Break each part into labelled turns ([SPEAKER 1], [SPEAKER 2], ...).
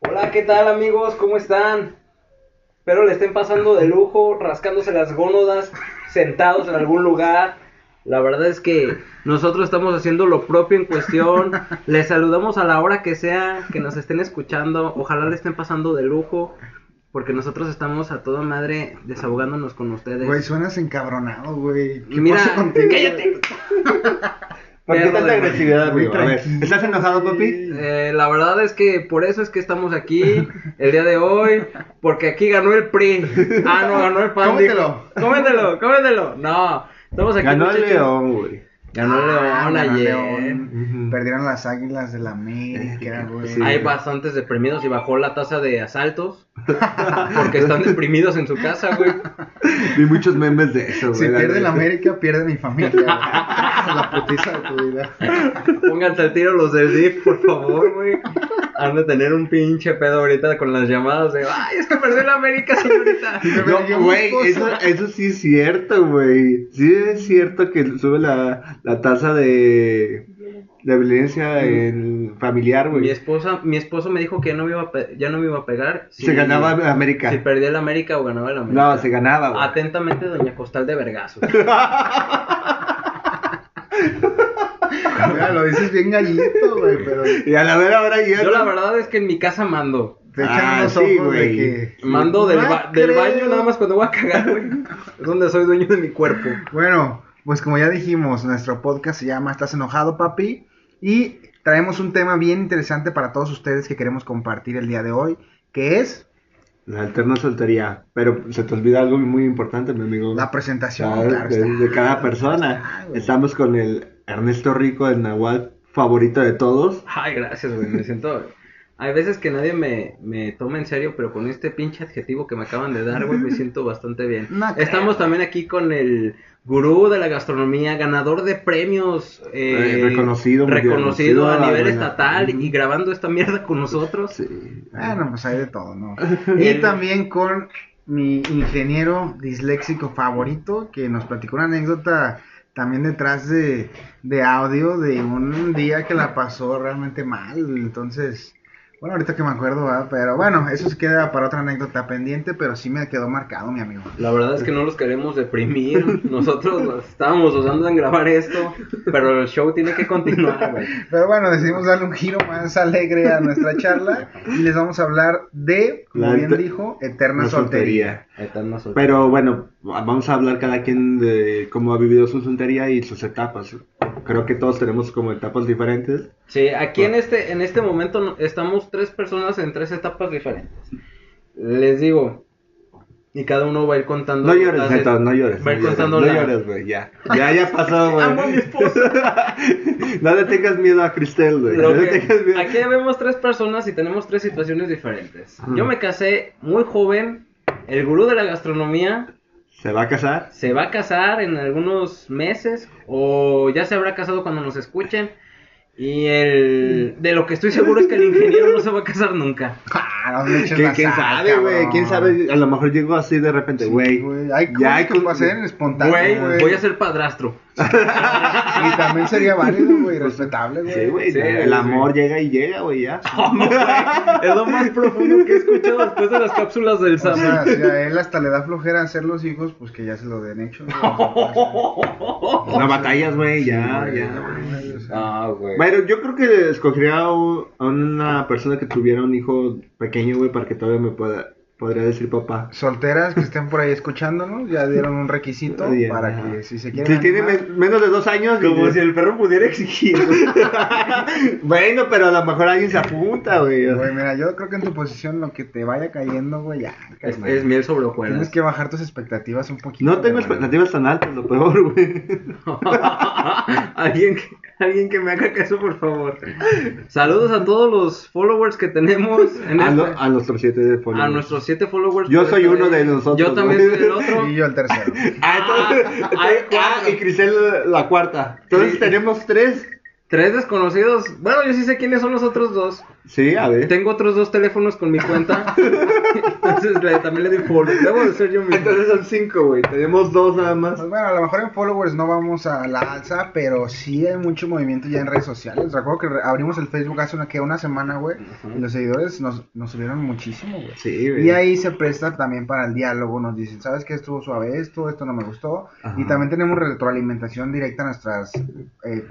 [SPEAKER 1] Hola, ¿qué tal amigos? ¿Cómo están? Espero le estén pasando de lujo, rascándose las gónodas, sentados en algún lugar. La verdad es que nosotros estamos haciendo lo propio en cuestión. Les saludamos a la hora que sea, que nos estén escuchando. Ojalá le estén pasando de lujo, porque nosotros estamos a toda madre desahogándonos con ustedes.
[SPEAKER 2] Güey, suenas encabronado, güey. ¿Qué
[SPEAKER 1] Mira,
[SPEAKER 2] pasa contigo?
[SPEAKER 1] cállate.
[SPEAKER 3] ¿Por qué
[SPEAKER 1] Perro
[SPEAKER 3] tanta
[SPEAKER 1] de-
[SPEAKER 3] agresividad,
[SPEAKER 2] Muy
[SPEAKER 3] amigo? A ver,
[SPEAKER 2] tranquilo.
[SPEAKER 3] ¿estás enojado, papi?
[SPEAKER 1] Eh, la verdad es que por eso es que estamos aquí el día de hoy, porque aquí ganó el PRI. Ah, no, ganó el PAN.
[SPEAKER 2] Cómetelo.
[SPEAKER 1] dijo. Cómetelo, cómetelo. No, estamos aquí.
[SPEAKER 3] Ganó el
[SPEAKER 1] muchachos.
[SPEAKER 3] león, güey.
[SPEAKER 1] Ganó el
[SPEAKER 2] Ah,
[SPEAKER 1] León
[SPEAKER 2] ganó
[SPEAKER 1] ayer.
[SPEAKER 2] León. Perdieron las águilas de la América, güey.
[SPEAKER 3] Sí.
[SPEAKER 1] Hay bastantes deprimidos y bajó la tasa de asaltos porque están deprimidos en su casa, güey.
[SPEAKER 3] Vi muchos memes de eso, güey.
[SPEAKER 2] Si pierde la
[SPEAKER 3] neta.
[SPEAKER 2] América, pierde mi familia, güey. La putiza de tu vida.
[SPEAKER 1] Pónganse al tiro los del DIF, por favor, güey. Han de tener un pinche pedo ahorita con las llamadas de, ay, es que perdió la América, señorita.
[SPEAKER 2] Yo
[SPEAKER 3] No, güey,
[SPEAKER 2] busco-
[SPEAKER 3] eso, eso sí es cierto, güey. Sí es cierto que sube la, la tasa de, de violencia
[SPEAKER 2] Mm.
[SPEAKER 3] en familiar,
[SPEAKER 1] Mi
[SPEAKER 3] güey.
[SPEAKER 1] esposa, mi esposo me dijo que ya no me iba a, pe- ya no me iba a pegar. si-
[SPEAKER 3] Se ganaba América.
[SPEAKER 1] Si perdía el América o ganaba el América. Ah,
[SPEAKER 3] No, se ganaba, güey.
[SPEAKER 1] Atentamente, Doña Costal de Vergazo.
[SPEAKER 2] Mira, lo dices bien gallito, güey, pero te
[SPEAKER 3] Y a la vera ahora ya...
[SPEAKER 1] Yo la verdad es que en mi casa mando.
[SPEAKER 2] echan
[SPEAKER 3] Ah,
[SPEAKER 2] unos
[SPEAKER 3] sí,
[SPEAKER 2] ojos
[SPEAKER 3] güey.
[SPEAKER 2] de
[SPEAKER 1] Mando del,
[SPEAKER 2] No
[SPEAKER 1] ba- del
[SPEAKER 2] creo.
[SPEAKER 1] baño nada más cuando voy a cagar, güey. Es donde soy dueño de mi cuerpo.
[SPEAKER 2] que... Bueno, pues como ya dijimos, nuestro podcast se llama ¿Estás enojado, papi? Y traemos un tema bien interesante para todos ustedes que queremos compartir el día de hoy, que es
[SPEAKER 3] La alterna soltería. Pero se te olvida algo muy importante, mi amigo.
[SPEAKER 2] la presentación,
[SPEAKER 3] Cada-
[SPEAKER 2] claro
[SPEAKER 3] de,
[SPEAKER 2] está.
[SPEAKER 3] de cada persona. Estamos con el Ernesto Rico, el Nahual favorito de todos.
[SPEAKER 1] Ay, gracias, güey. Me siento. Hay veces que nadie me, me toma en serio, pero con este pinche adjetivo que me acaban de dar, güey, me siento bastante bien.
[SPEAKER 2] No creo.
[SPEAKER 1] Estamos también aquí con el gurú de la gastronomía, ganador de premios. eh,
[SPEAKER 3] Eh, reconocido, mundial-
[SPEAKER 1] reconocido a
[SPEAKER 3] reconocido,
[SPEAKER 1] nivel
[SPEAKER 3] bueno.
[SPEAKER 1] estatal y grabando esta mierda con nosotros.
[SPEAKER 3] Sí.
[SPEAKER 2] Bueno, pues hay de todo, ¿no? Y también con mi ingeniero disléxico favorito, que nos platicó una anécdota también detrás de, de audio de un día que la pasó realmente mal. Entonces, bueno, ahorita que me acuerdo, ¿verdad? pero bueno, eso se queda para otra anécdota pendiente, pero sí me quedó marcado, mi amigo.
[SPEAKER 1] La verdad es que no los queremos deprimir. Nosotros nos estábamos usando en grabar esto, pero el show tiene que continuar, güey.
[SPEAKER 2] Pero bueno, decidimos darle un giro más alegre a nuestra charla y les vamos a hablar de, como
[SPEAKER 3] La
[SPEAKER 2] bien
[SPEAKER 3] enter-
[SPEAKER 2] dijo, eterna
[SPEAKER 3] Una
[SPEAKER 2] soltería.
[SPEAKER 3] soltería.
[SPEAKER 1] Eterna soltería.
[SPEAKER 3] Pero bueno, vamos a hablar cada quien de cómo ha vivido su soltería y sus etapas. Creo que todos tenemos como etapas diferentes.
[SPEAKER 1] Sí, aquí en este, en este momento no- estamos tres personas en tres etapas diferentes. Les digo, y cada uno va a ir contando.
[SPEAKER 3] No llores,
[SPEAKER 1] las-
[SPEAKER 3] Neto, no llores.
[SPEAKER 1] Va a
[SPEAKER 3] No
[SPEAKER 1] ir
[SPEAKER 3] llores,
[SPEAKER 1] contando
[SPEAKER 3] no
[SPEAKER 1] la-
[SPEAKER 3] llores, güey, ya. Ya, ya pasó,
[SPEAKER 1] Amo a mi
[SPEAKER 3] güey.
[SPEAKER 1] esposa.
[SPEAKER 3] No le tengas miedo a Cristel, güey.
[SPEAKER 1] Lo
[SPEAKER 3] No le
[SPEAKER 1] que-
[SPEAKER 3] tengas miedo.
[SPEAKER 1] aquí vemos tres personas y tenemos tres situaciones diferentes.
[SPEAKER 3] Ujú.
[SPEAKER 1] Yo me casé muy joven, el gurú de la gastronomía
[SPEAKER 3] ¿Se va a casar?
[SPEAKER 1] se va a casar en algunos meses o ya se habrá casado cuando nos escuchen. Y el de lo que estoy seguro es que el ingeniero no se va a casar nunca.
[SPEAKER 2] Ah, no le eches
[SPEAKER 3] ¿Quién,
[SPEAKER 2] la
[SPEAKER 3] quién
[SPEAKER 2] sal,
[SPEAKER 3] sabe, güey?
[SPEAKER 2] cabrón.
[SPEAKER 3] ¿Quién sabe? A lo mejor llegó así de repente, güey.
[SPEAKER 2] güey. Hay cosas
[SPEAKER 3] ya hay
[SPEAKER 2] que
[SPEAKER 3] con-
[SPEAKER 2] pasan espontáneas,
[SPEAKER 1] Güey,
[SPEAKER 2] güey.
[SPEAKER 1] voy a ser padrastro.
[SPEAKER 2] Y también sería válido, güey, respetable, güey.
[SPEAKER 3] Sí, güey.
[SPEAKER 1] Sí,
[SPEAKER 3] el
[SPEAKER 1] sí.
[SPEAKER 3] amor llega y llega, güey, ya.
[SPEAKER 1] Es lo más profundo que he escuchado después de las cápsulas del
[SPEAKER 2] O
[SPEAKER 1] Sammy.
[SPEAKER 2] sea, si a él hasta le da flojera hacer los hijos, pues que ya se lo den hecho. güey. O
[SPEAKER 3] No batallas, güey, ya,
[SPEAKER 2] sea,
[SPEAKER 3] ya.
[SPEAKER 2] güey, o sea,
[SPEAKER 1] Ah, güey.
[SPEAKER 3] Bueno, yo creo que escogería a un- a una persona que tuviera un hijo pequeño, güey, para que todavía me pueda, podría decir papá.
[SPEAKER 2] Solteras que estén por ahí escuchándonos, ya dieron un requisito
[SPEAKER 3] Ya.
[SPEAKER 2] para que si se quieren.
[SPEAKER 3] Si tiene
[SPEAKER 2] animar,
[SPEAKER 3] men- menos de dos años,
[SPEAKER 1] Como
[SPEAKER 3] güey.
[SPEAKER 1] si el perro pudiera exigir.
[SPEAKER 3] bueno, pero a lo mejor alguien se apunta, güey.
[SPEAKER 2] Güey, mira, yo creo que en tu posición lo que te vaya cayendo, güey, ya.
[SPEAKER 1] Es,
[SPEAKER 2] carnal.
[SPEAKER 1] es miel sobre
[SPEAKER 2] Tienes
[SPEAKER 1] hojuelas.
[SPEAKER 2] que bajar tus expectativas un poquito.
[SPEAKER 3] No tengo
[SPEAKER 2] güey.
[SPEAKER 3] expectativas tan altas, lo peor, güey.
[SPEAKER 1] alguien, que, alguien que me haga caso, por favor. Saludos a todos los followers que tenemos. En
[SPEAKER 3] A,
[SPEAKER 1] este-
[SPEAKER 3] lo- a nuestros siete de
[SPEAKER 1] a nuestros siete followers.
[SPEAKER 3] Yo
[SPEAKER 1] por
[SPEAKER 3] soy
[SPEAKER 1] esta
[SPEAKER 3] uno
[SPEAKER 1] vez.
[SPEAKER 3] de nosotros,
[SPEAKER 1] Yo también
[SPEAKER 3] güey.
[SPEAKER 1] soy el otro.
[SPEAKER 2] Y yo el tercero.
[SPEAKER 3] Ah, entonces-
[SPEAKER 1] Ah, hay
[SPEAKER 3] ah, y Crisel la cuarta. Entonces
[SPEAKER 1] Sí.
[SPEAKER 3] tenemos tres
[SPEAKER 1] Tres desconocidos. Bueno, yo sí sé quiénes son los otros dos.
[SPEAKER 3] Sí, a ver.
[SPEAKER 1] Tengo otros dos teléfonos con mi cuenta. Entonces le- también le di follow. Debo de ser yo mismo.
[SPEAKER 3] Ah, Entonces son cinco, güey. Tenemos dos nada más.
[SPEAKER 2] Pues bueno, a lo mejor en followers no vamos a la alza, pero sí hay mucho movimiento ya en redes sociales. Recuerdo que re- abrimos el Facebook hace una, que una semana, güey, y los seguidores nos, nos subieron muchísimo, güey.
[SPEAKER 3] Sí, güey.
[SPEAKER 2] Y ahí se presta también para el diálogo, nos dicen, ¿sabes qué? Estuvo suave esto, esto no me gustó.
[SPEAKER 3] Ajá.
[SPEAKER 2] Y también tenemos retroalimentación directa a nuestras eh,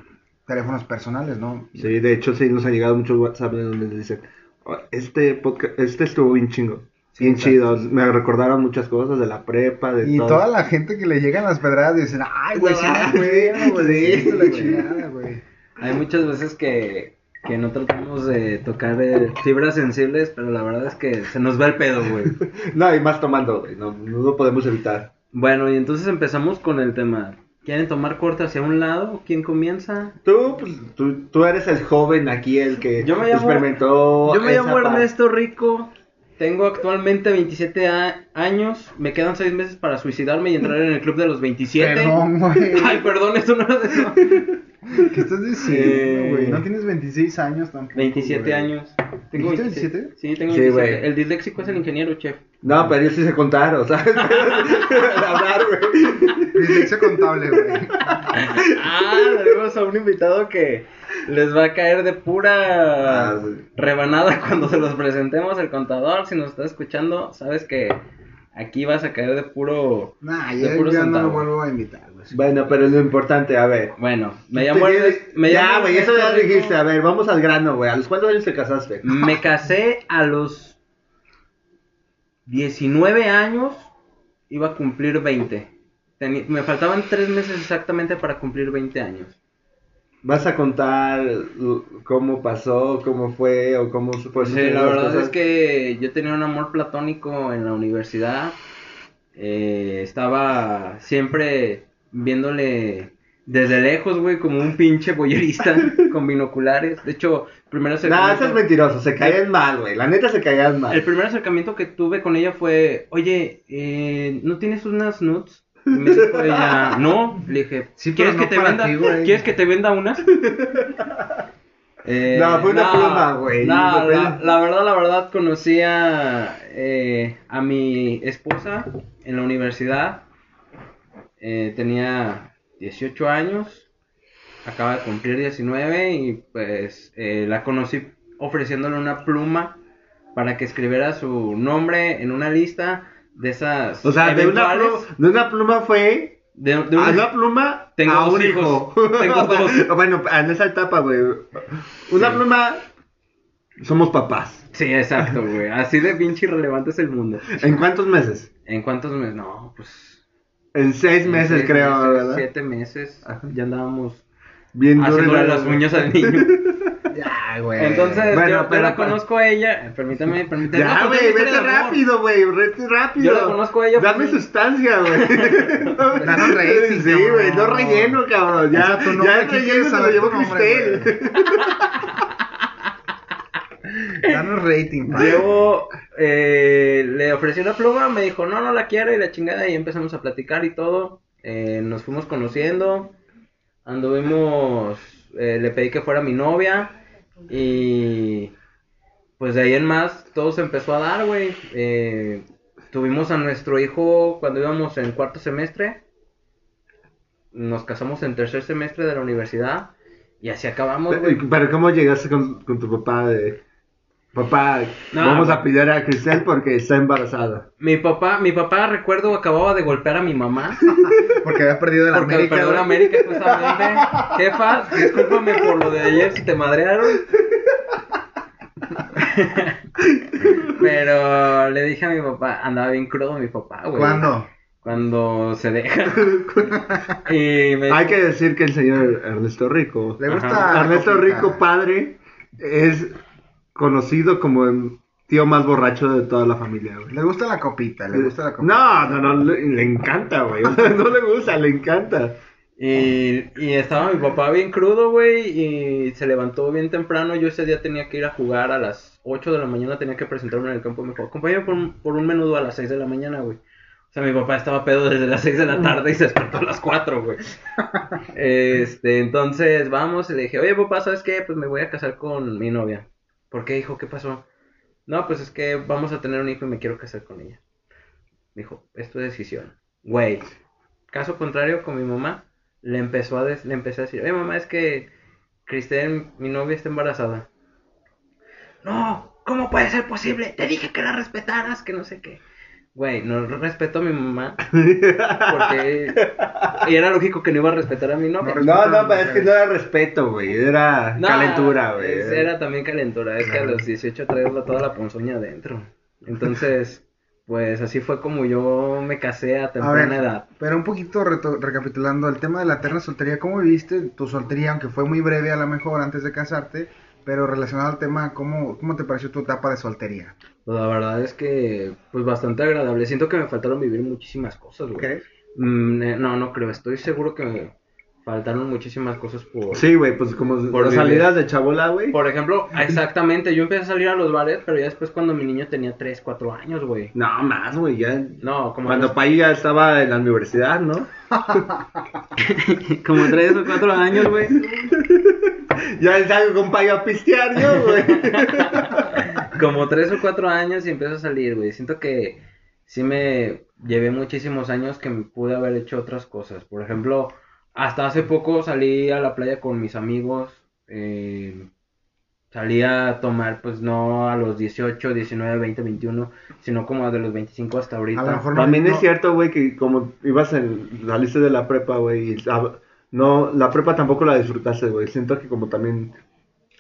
[SPEAKER 2] teléfonos personales, ¿no?
[SPEAKER 3] Sí, de hecho, sí, nos han llegado muchos WhatsApp en donde dicen, "Oh, este podcast, este estuvo bien chingo.
[SPEAKER 2] Sí,
[SPEAKER 3] bien
[SPEAKER 2] exacto.
[SPEAKER 3] chido. Me recordaron muchas cosas de la prepa, de
[SPEAKER 2] Y
[SPEAKER 3] todo.
[SPEAKER 2] toda la gente que le llegan las pedradas dicen, ay, güey,
[SPEAKER 1] No,
[SPEAKER 2] sí, la
[SPEAKER 3] güey,
[SPEAKER 2] jugué, güey,
[SPEAKER 3] sí,
[SPEAKER 2] sí, la
[SPEAKER 3] güey".
[SPEAKER 2] chingada, güey.
[SPEAKER 1] Hay muchas veces que, que no tratamos de tocar eh, fibras sensibles, pero la verdad es que se nos va el pedo, güey.
[SPEAKER 3] No, y más tomando, güey. No, no lo podemos evitar.
[SPEAKER 1] Bueno, y entonces empezamos con el tema. ¿Quieren tomar corte hacia un lado? ¿Quién comienza?
[SPEAKER 3] Tú, pues, tú, tú eres el joven aquí, el que
[SPEAKER 1] Yo me llamo-
[SPEAKER 3] experimentó.
[SPEAKER 1] Yo me
[SPEAKER 3] esa
[SPEAKER 1] llamo
[SPEAKER 3] pa-
[SPEAKER 1] Ernesto Rico, tengo actualmente 27 a- años, me quedan 6 meses para suicidarme y entrar en el club de los 27.
[SPEAKER 2] Perdón, güey.
[SPEAKER 1] Ay, perdón, eso no es eso.
[SPEAKER 2] ¿Qué estás
[SPEAKER 1] Eh,
[SPEAKER 2] diciendo, güey? No tienes 26 años tampoco.
[SPEAKER 1] 27
[SPEAKER 2] güey.
[SPEAKER 1] años. Tengo
[SPEAKER 2] ¿Dijiste
[SPEAKER 1] 27?
[SPEAKER 2] 27?
[SPEAKER 1] Sí, tengo
[SPEAKER 3] Sí,
[SPEAKER 1] 27.
[SPEAKER 3] güey.
[SPEAKER 1] el disléxico es el ingeniero, chef.
[SPEAKER 3] No, pero yo sí sé contar, o sea, hablar, güey.
[SPEAKER 2] Dislexia contable, güey.
[SPEAKER 1] Ah, tenemos a un invitado que les va a caer de pura
[SPEAKER 3] Ah, sí.
[SPEAKER 1] rebanada cuando se los presentemos. El contador, si nos está escuchando, sabes que aquí vas a caer de puro.
[SPEAKER 2] Nah,
[SPEAKER 1] De
[SPEAKER 2] ya,
[SPEAKER 1] puro
[SPEAKER 2] ya no
[SPEAKER 1] centavo.
[SPEAKER 2] lo vuelvo a invitar, güey.
[SPEAKER 3] Bueno, pero lo importante, a ver.
[SPEAKER 1] Bueno, me llamó
[SPEAKER 3] Te-
[SPEAKER 1] Ernest- me
[SPEAKER 3] Ya,
[SPEAKER 1] llamó
[SPEAKER 3] güey, eso
[SPEAKER 1] Ernesto
[SPEAKER 3] ya
[SPEAKER 1] Rico.
[SPEAKER 3] dijiste. A ver, vamos al grano, güey. ¿A los cuántos años te casaste?
[SPEAKER 1] Me casé a los 19 años, iba a cumplir 20. Teni- me faltaban 3 meses exactamente para cumplir 20 años.
[SPEAKER 3] ¿Vas a contar l- cómo pasó, cómo fue o cómo fue?
[SPEAKER 1] Sí, la verdad
[SPEAKER 3] pues,
[SPEAKER 1] es que yo tenía un amor platónico en la universidad. Eh, estaba siempre viéndole desde lejos, güey, como un pinche boyerista con binoculares. De hecho, primero se
[SPEAKER 3] No, eso es mentiroso. Se caían mal, güey. La neta se caían mal.
[SPEAKER 1] El primer acercamiento que tuve con ella fue, oye, eh, ¿no tienes unas nudes? Y me dijo ella, no. Le dije,
[SPEAKER 2] Sí, pero
[SPEAKER 1] ¿quieres, que
[SPEAKER 2] no
[SPEAKER 1] te
[SPEAKER 2] para
[SPEAKER 1] venda,
[SPEAKER 2] ti, güey.
[SPEAKER 1] ¿quieres que te venda unas? Eh,
[SPEAKER 3] No, fue una pluma, güey.
[SPEAKER 1] No,
[SPEAKER 3] Fue-
[SPEAKER 1] la, la verdad, la verdad, conocí a, eh, a mi esposa en la universidad. Eh, tenía 18 años, acaba de cumplir 19 y pues eh, la conocí ofreciéndole una pluma para que escribiera su nombre en una lista de esas...
[SPEAKER 3] O sea, de una,
[SPEAKER 1] eventuales-
[SPEAKER 3] pluma, Ah, de una pluma fue.
[SPEAKER 1] de- de
[SPEAKER 3] a
[SPEAKER 1] una-
[SPEAKER 3] una pluma
[SPEAKER 1] Tengo
[SPEAKER 3] a
[SPEAKER 1] dos
[SPEAKER 3] un
[SPEAKER 1] hijos.
[SPEAKER 3] hijo.
[SPEAKER 1] Tengo dos.
[SPEAKER 3] bueno, en esa etapa, güey. Una pluma. Somos papás.
[SPEAKER 1] Sí, exacto, güey. Así de pinche irrelevante es el mundo.
[SPEAKER 3] ¿En cuántos meses?
[SPEAKER 1] ¿En cuántos meses? No, pues...
[SPEAKER 3] En seis meses,
[SPEAKER 1] Seis
[SPEAKER 3] creo,
[SPEAKER 1] meses,
[SPEAKER 3] ¿verdad?
[SPEAKER 1] Siete meses.
[SPEAKER 3] Ajá.
[SPEAKER 1] Ya andábamos
[SPEAKER 3] Bien duro.
[SPEAKER 1] haciéndole las uñas al niño.
[SPEAKER 2] Ya, güey.
[SPEAKER 1] Entonces,
[SPEAKER 3] Eh, Bueno,
[SPEAKER 1] yo- yo,
[SPEAKER 3] pero-
[SPEAKER 1] la conozco a ella. Permítame, permítame.
[SPEAKER 3] Ya,
[SPEAKER 1] No, conté
[SPEAKER 3] güey,
[SPEAKER 1] mi
[SPEAKER 3] vete
[SPEAKER 1] historia de amor.
[SPEAKER 3] rápido, güey, vete rápido.
[SPEAKER 1] Yo la conozco a ella,
[SPEAKER 3] Dame
[SPEAKER 1] pues,
[SPEAKER 3] sustancia, güey.
[SPEAKER 2] Danos rating,
[SPEAKER 3] Sí, güey, no
[SPEAKER 2] cabrón.
[SPEAKER 3] relleno, cabrón.
[SPEAKER 2] O
[SPEAKER 3] Ya,
[SPEAKER 2] sea, tu nombre,
[SPEAKER 3] ya el
[SPEAKER 2] ¿quién quiere
[SPEAKER 3] relleno se lo
[SPEAKER 2] saber
[SPEAKER 3] llevó
[SPEAKER 2] tu nombre,
[SPEAKER 3] Cristel.
[SPEAKER 2] Danos rating, pa.
[SPEAKER 1] Llevo, eh, le ofrecí una pluma, me dijo, no, no la quiero y la chingada. Y empezamos a platicar y todo. Eh, nos fuimos conociendo. Anduvimos, eh, le pedí que fuera mi novia. Y pues de ahí en más todo se empezó a dar, güey. Eh, tuvimos a nuestro hijo cuando íbamos en cuarto semestre. Nos casamos en tercer semestre de la universidad. Y así acabamos, güey.
[SPEAKER 3] Pero, ¿cómo llegaste con, con tu papá de. Papá,
[SPEAKER 1] No,
[SPEAKER 3] vamos
[SPEAKER 1] güey.
[SPEAKER 3] a pillar a Cristel porque está embarazada.
[SPEAKER 1] Mi papá, mi papá, recuerdo, acababa de golpear a mi mamá.
[SPEAKER 2] Porque había perdido el
[SPEAKER 1] Porque
[SPEAKER 2] América.
[SPEAKER 1] perdió la
[SPEAKER 2] güey.
[SPEAKER 1] América justamente. Jefa, discúlpame por lo de ayer si te madrearon. Pero le dije a mi papá, andaba bien crudo mi papá, güey.
[SPEAKER 2] ¿Cuándo?
[SPEAKER 1] Cuando se deja. y me
[SPEAKER 3] Hay que decir que el señor Ernesto Rico.
[SPEAKER 2] Le gusta.
[SPEAKER 1] Ajá.
[SPEAKER 2] la
[SPEAKER 3] Ernesto
[SPEAKER 2] copita.
[SPEAKER 3] Rico padre es conocido como el tío más borracho de toda la familia, güey.
[SPEAKER 2] Le gusta la copita, le gusta la copita.
[SPEAKER 3] Eh, No, no, no, le, le encanta, güey. O sea, no le gusta, le encanta.
[SPEAKER 1] Y, y estaba mi papá bien crudo, güey, y se levantó bien temprano. Yo ese día tenía que ir a jugar a las 8 de la mañana, tenía que presentarme en el campo. Me dijo, acompáñame por, un- por un menudo a las 6 de la mañana, güey. O O sea, mi papá estaba pedo desde las 6 de la tarde y se despertó a las 4, güey. Este, entonces vamos y le dije, oye papá, ¿sabes qué? Pues me voy a casar con mi novia. ¿Por qué, hijo? ¿Qué pasó? No, pues es que vamos a tener un hijo y me quiero casar con ella. Me dijo, es tu decisión. Güey, caso contrario con mi mamá, le empezó a des- le empecé a decir, oye mamá, es que Cristel, mi novia está embarazada. No, ¿cómo puede ser posible? Te dije que la respetaras, que no sé qué. Güey, no respetó a mi mamá porque y era lógico que no iba a respetar a mi novia.
[SPEAKER 3] No, no, pero es que no era respeto, güey. Era
[SPEAKER 1] No,
[SPEAKER 3] calentura, güey.
[SPEAKER 1] es- Era también calentura, es que a los 18 traía la- toda la ponzoña adentro. Entonces, pues así fue como yo me casé a
[SPEAKER 2] A
[SPEAKER 1] temprana
[SPEAKER 2] ver,
[SPEAKER 1] edad.
[SPEAKER 2] pero un poquito reto- recapitulando el tema de la terna soltería, ¿cómo viviste tu soltería, aunque fue muy breve a lo mejor antes de casarte, pero relacionado al tema, ¿cómo, cómo te pareció tu etapa de soltería?
[SPEAKER 1] La verdad es que, pues bastante agradable. Siento que me faltaron vivir muchísimas cosas, güey.
[SPEAKER 2] ¿Crees?
[SPEAKER 1] Mm, eh, no, no creo. Estoy seguro que me faltaron muchísimas cosas por...
[SPEAKER 3] Sí, güey, pues como
[SPEAKER 1] Por
[SPEAKER 3] por
[SPEAKER 1] vivir.
[SPEAKER 3] salidas de chabola, güey.
[SPEAKER 1] Por ejemplo, exactamente, yo empecé a salir a los bares, pero ya después cuando mi niño tenía 3, 4 años, güey.
[SPEAKER 3] No, más, güey, ya.
[SPEAKER 1] No, como... a
[SPEAKER 3] Cuando
[SPEAKER 1] los-
[SPEAKER 3] Pai ya estaba en la universidad, ¿no?
[SPEAKER 1] como 3 o 4 años, güey.
[SPEAKER 3] Ya salgo con Pai a pistear yo, güey.
[SPEAKER 1] Como tres o cuatro años y empiezo a salir, güey. Siento que sí me llevé muchísimos años que me pude haber hecho otras cosas. Por ejemplo, hasta hace poco salí a la playa con mis amigos. eh, salí a tomar, pues no a los 18, 19, 20, 21, sino como de los 25 hasta ahorita.
[SPEAKER 2] A lo mejor no-
[SPEAKER 3] También
[SPEAKER 2] no-
[SPEAKER 3] es cierto, güey, que como ibas en, saliste de la prepa, güey, y sab- no, la prepa tampoco la disfrutaste, güey. Siento que como también.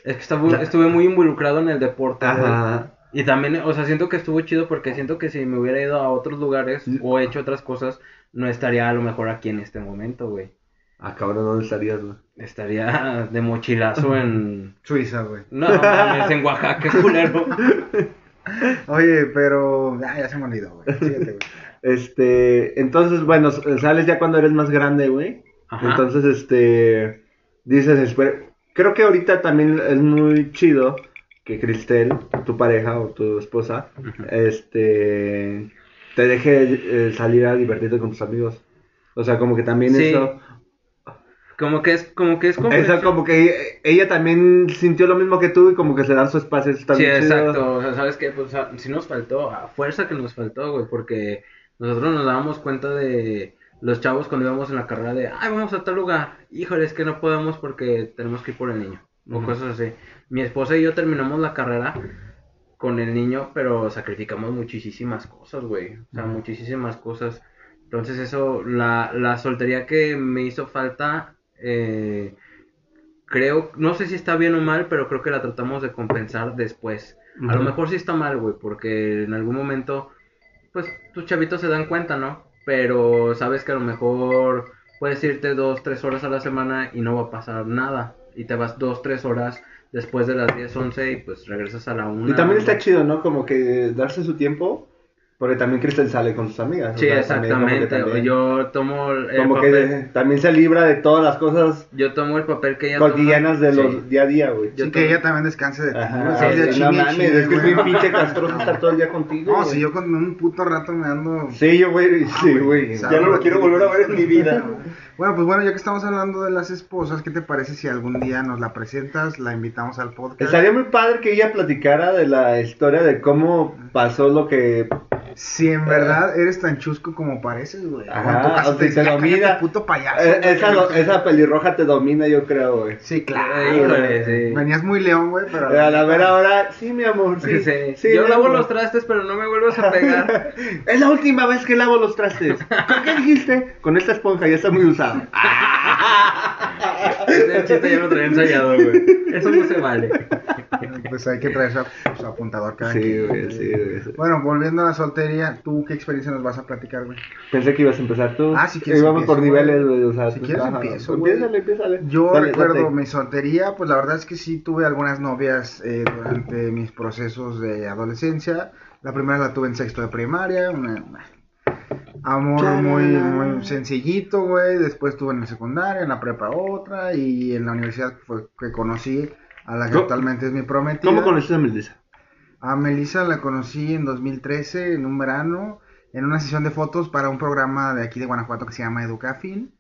[SPEAKER 1] Es que estaba- estuve muy involucrado en el deporte, güey.
[SPEAKER 3] Ajá.
[SPEAKER 1] Y también, o sea, siento que estuvo chido porque siento que si me hubiera ido a otros lugares o hecho otras cosas, no estaría a lo mejor aquí en este momento, güey.
[SPEAKER 3] Ah, cabrón, ¿dónde estarías, güey?
[SPEAKER 1] Estaría de mochilazo en.
[SPEAKER 2] Suiza, güey.
[SPEAKER 1] No, mames, en Oaxaca, culero.
[SPEAKER 2] Oye, pero... ah, ya se me olvidó, güey. Síguete, güey.
[SPEAKER 3] Este, entonces, bueno, s- sales ya cuando eres más grande, güey.
[SPEAKER 1] Ajá.
[SPEAKER 3] Entonces, este, dices, esper- creo que ahorita también es muy chido que Cristel, tu pareja o tu esposa, este, te deje eh, salir a divertirte con tus amigos. O sea, como que también
[SPEAKER 1] Sí.
[SPEAKER 3] eso,
[SPEAKER 1] Como que es, como que es
[SPEAKER 3] eso
[SPEAKER 1] comprensión.
[SPEAKER 3] como que e- ella también sintió lo mismo que tú y como que se dan su espacio. Eso está
[SPEAKER 1] Sí,
[SPEAKER 3] bien chido.
[SPEAKER 1] exacto. O sea, sabes que, pues, a- sí nos faltó, a fuerza que nos faltó, güey, porque nosotros nos dábamos cuenta de los chavos cuando íbamos en la carrera de, ay, vamos a tal lugar. Híjole, es que no podemos porque tenemos que ir por el niño. O
[SPEAKER 3] Ujú.
[SPEAKER 1] cosas así. Mi esposa y yo terminamos la carrera con el niño, pero sacrificamos muchísimas cosas, güey. O sea, muchísimas cosas. Entonces eso, la, la soltería que me hizo falta, eh, creo, no sé si está bien o mal, pero creo que la tratamos de compensar después. A lo
[SPEAKER 3] Ujú.
[SPEAKER 1] mejor sí está mal, güey, porque en algún momento, pues tus chavitos se dan cuenta, ¿no? Pero sabes que a lo mejor puedes irte dos, tres horas a la semana y no va a pasar nada. Y te vas dos, tres horas después de las 10, 11 y pues regresas a la una.
[SPEAKER 3] Y también está chido, ¿no? Como que darse su tiempo, porque también Cristel sale con sus amigas. o
[SPEAKER 1] Sí,
[SPEAKER 3] sea, también como que
[SPEAKER 1] exactamente.
[SPEAKER 3] también-
[SPEAKER 1] Yo tomo el
[SPEAKER 3] como que
[SPEAKER 1] papel.
[SPEAKER 3] también se libra de todas las cosas
[SPEAKER 1] Yo tomo el papel que ella toma.
[SPEAKER 3] cotidianas de los
[SPEAKER 1] Sí.
[SPEAKER 3] día a día, güey.
[SPEAKER 1] Yo también.
[SPEAKER 2] Sí, que ella también descanse de ti.
[SPEAKER 3] Ajá,
[SPEAKER 2] güey.
[SPEAKER 1] sí,
[SPEAKER 2] Estás de
[SPEAKER 3] no
[SPEAKER 2] chingue en
[SPEAKER 3] mames,
[SPEAKER 2] chingue,
[SPEAKER 3] es que es
[SPEAKER 2] güey.
[SPEAKER 3] bien pinche castroso estar todo el día contigo.
[SPEAKER 2] No,
[SPEAKER 3] güey.
[SPEAKER 2] si yo con un puto rato me ando...
[SPEAKER 3] Sí, yo, güey, sí,
[SPEAKER 2] güey,
[SPEAKER 3] güey.
[SPEAKER 2] sabe,
[SPEAKER 3] Ya no lo
[SPEAKER 2] güey.
[SPEAKER 3] quiero volver a ver en mi vida.
[SPEAKER 2] Bueno, pues bueno, ya que estamos hablando de las esposas, ¿qué te parece si algún día nos la presentas, la invitamos al podcast?
[SPEAKER 3] Estaría muy padre que ella platicara de la historia de cómo pasó lo que. eh,
[SPEAKER 2] Si en verdad eres tan chusco como pareces, güey.
[SPEAKER 3] Ajá,
[SPEAKER 2] O en tu caso
[SPEAKER 3] o sea,
[SPEAKER 2] dices,
[SPEAKER 3] te
[SPEAKER 2] "Ya
[SPEAKER 3] domina".
[SPEAKER 2] cállate, puto payaso.
[SPEAKER 3] Eh,
[SPEAKER 2] güey,
[SPEAKER 3] esa,
[SPEAKER 2] que no
[SPEAKER 3] lo-
[SPEAKER 2] sé-
[SPEAKER 3] esa pelirroja te domina, yo creo, güey.
[SPEAKER 2] Sí,
[SPEAKER 1] Eh,
[SPEAKER 2] claro.
[SPEAKER 1] híjole,
[SPEAKER 2] güey.
[SPEAKER 1] sí.
[SPEAKER 2] Venías muy león, güey, pero...
[SPEAKER 3] Eh, A la ver ahora, sí, mi amor, sí.
[SPEAKER 1] Sí.
[SPEAKER 3] sí,
[SPEAKER 1] yo
[SPEAKER 3] mi
[SPEAKER 1] lavo
[SPEAKER 3] amor.
[SPEAKER 1] los trastes, pero no me vuelvas a pegar.
[SPEAKER 3] Es la última vez que lavo los trastes. ¿Con qué dijiste? Con esta esponja, ya está muy usada. Ah,
[SPEAKER 1] Ese chiste ya lo traía ensayado, güey. Eso no se vale.
[SPEAKER 2] Pues hay que traer su, su apuntador cada
[SPEAKER 3] Sí,
[SPEAKER 2] quien.
[SPEAKER 3] güey, sí, güey. sí.
[SPEAKER 2] Bueno, volviendo a la soltería, ¿tú qué experiencia nos vas a platicar, güey?
[SPEAKER 3] Pensé que ibas a empezar tú.
[SPEAKER 2] Ah, si quieres
[SPEAKER 3] Íbamos
[SPEAKER 2] empiezo,
[SPEAKER 3] por
[SPEAKER 2] güey.
[SPEAKER 3] niveles, güey. O sea,
[SPEAKER 2] Si
[SPEAKER 3] tú-
[SPEAKER 2] quieres
[SPEAKER 3] ajá.
[SPEAKER 2] empiezo, güey.
[SPEAKER 3] Empiézale, empiézale.
[SPEAKER 2] Yo
[SPEAKER 3] Dale,
[SPEAKER 2] recuerdo
[SPEAKER 3] date.
[SPEAKER 2] mi soltería, pues la verdad es que sí tuve algunas novias eh, durante mis procesos de adolescencia. La primera la tuve en sexto de primaria, una- amor muy, muy sencillito, güey. Después tuve en la secundaria, en la prepa otra y en la universidad fue que conocí a la que
[SPEAKER 3] ¿Cómo-
[SPEAKER 2] actualmente es mi prometida.
[SPEAKER 3] ¿Cómo conociste a Melissa?
[SPEAKER 2] A Melissa la conocí en 2013, en un verano, en una sesión de fotos para un programa de aquí de Guanajuato que se llama Educafin.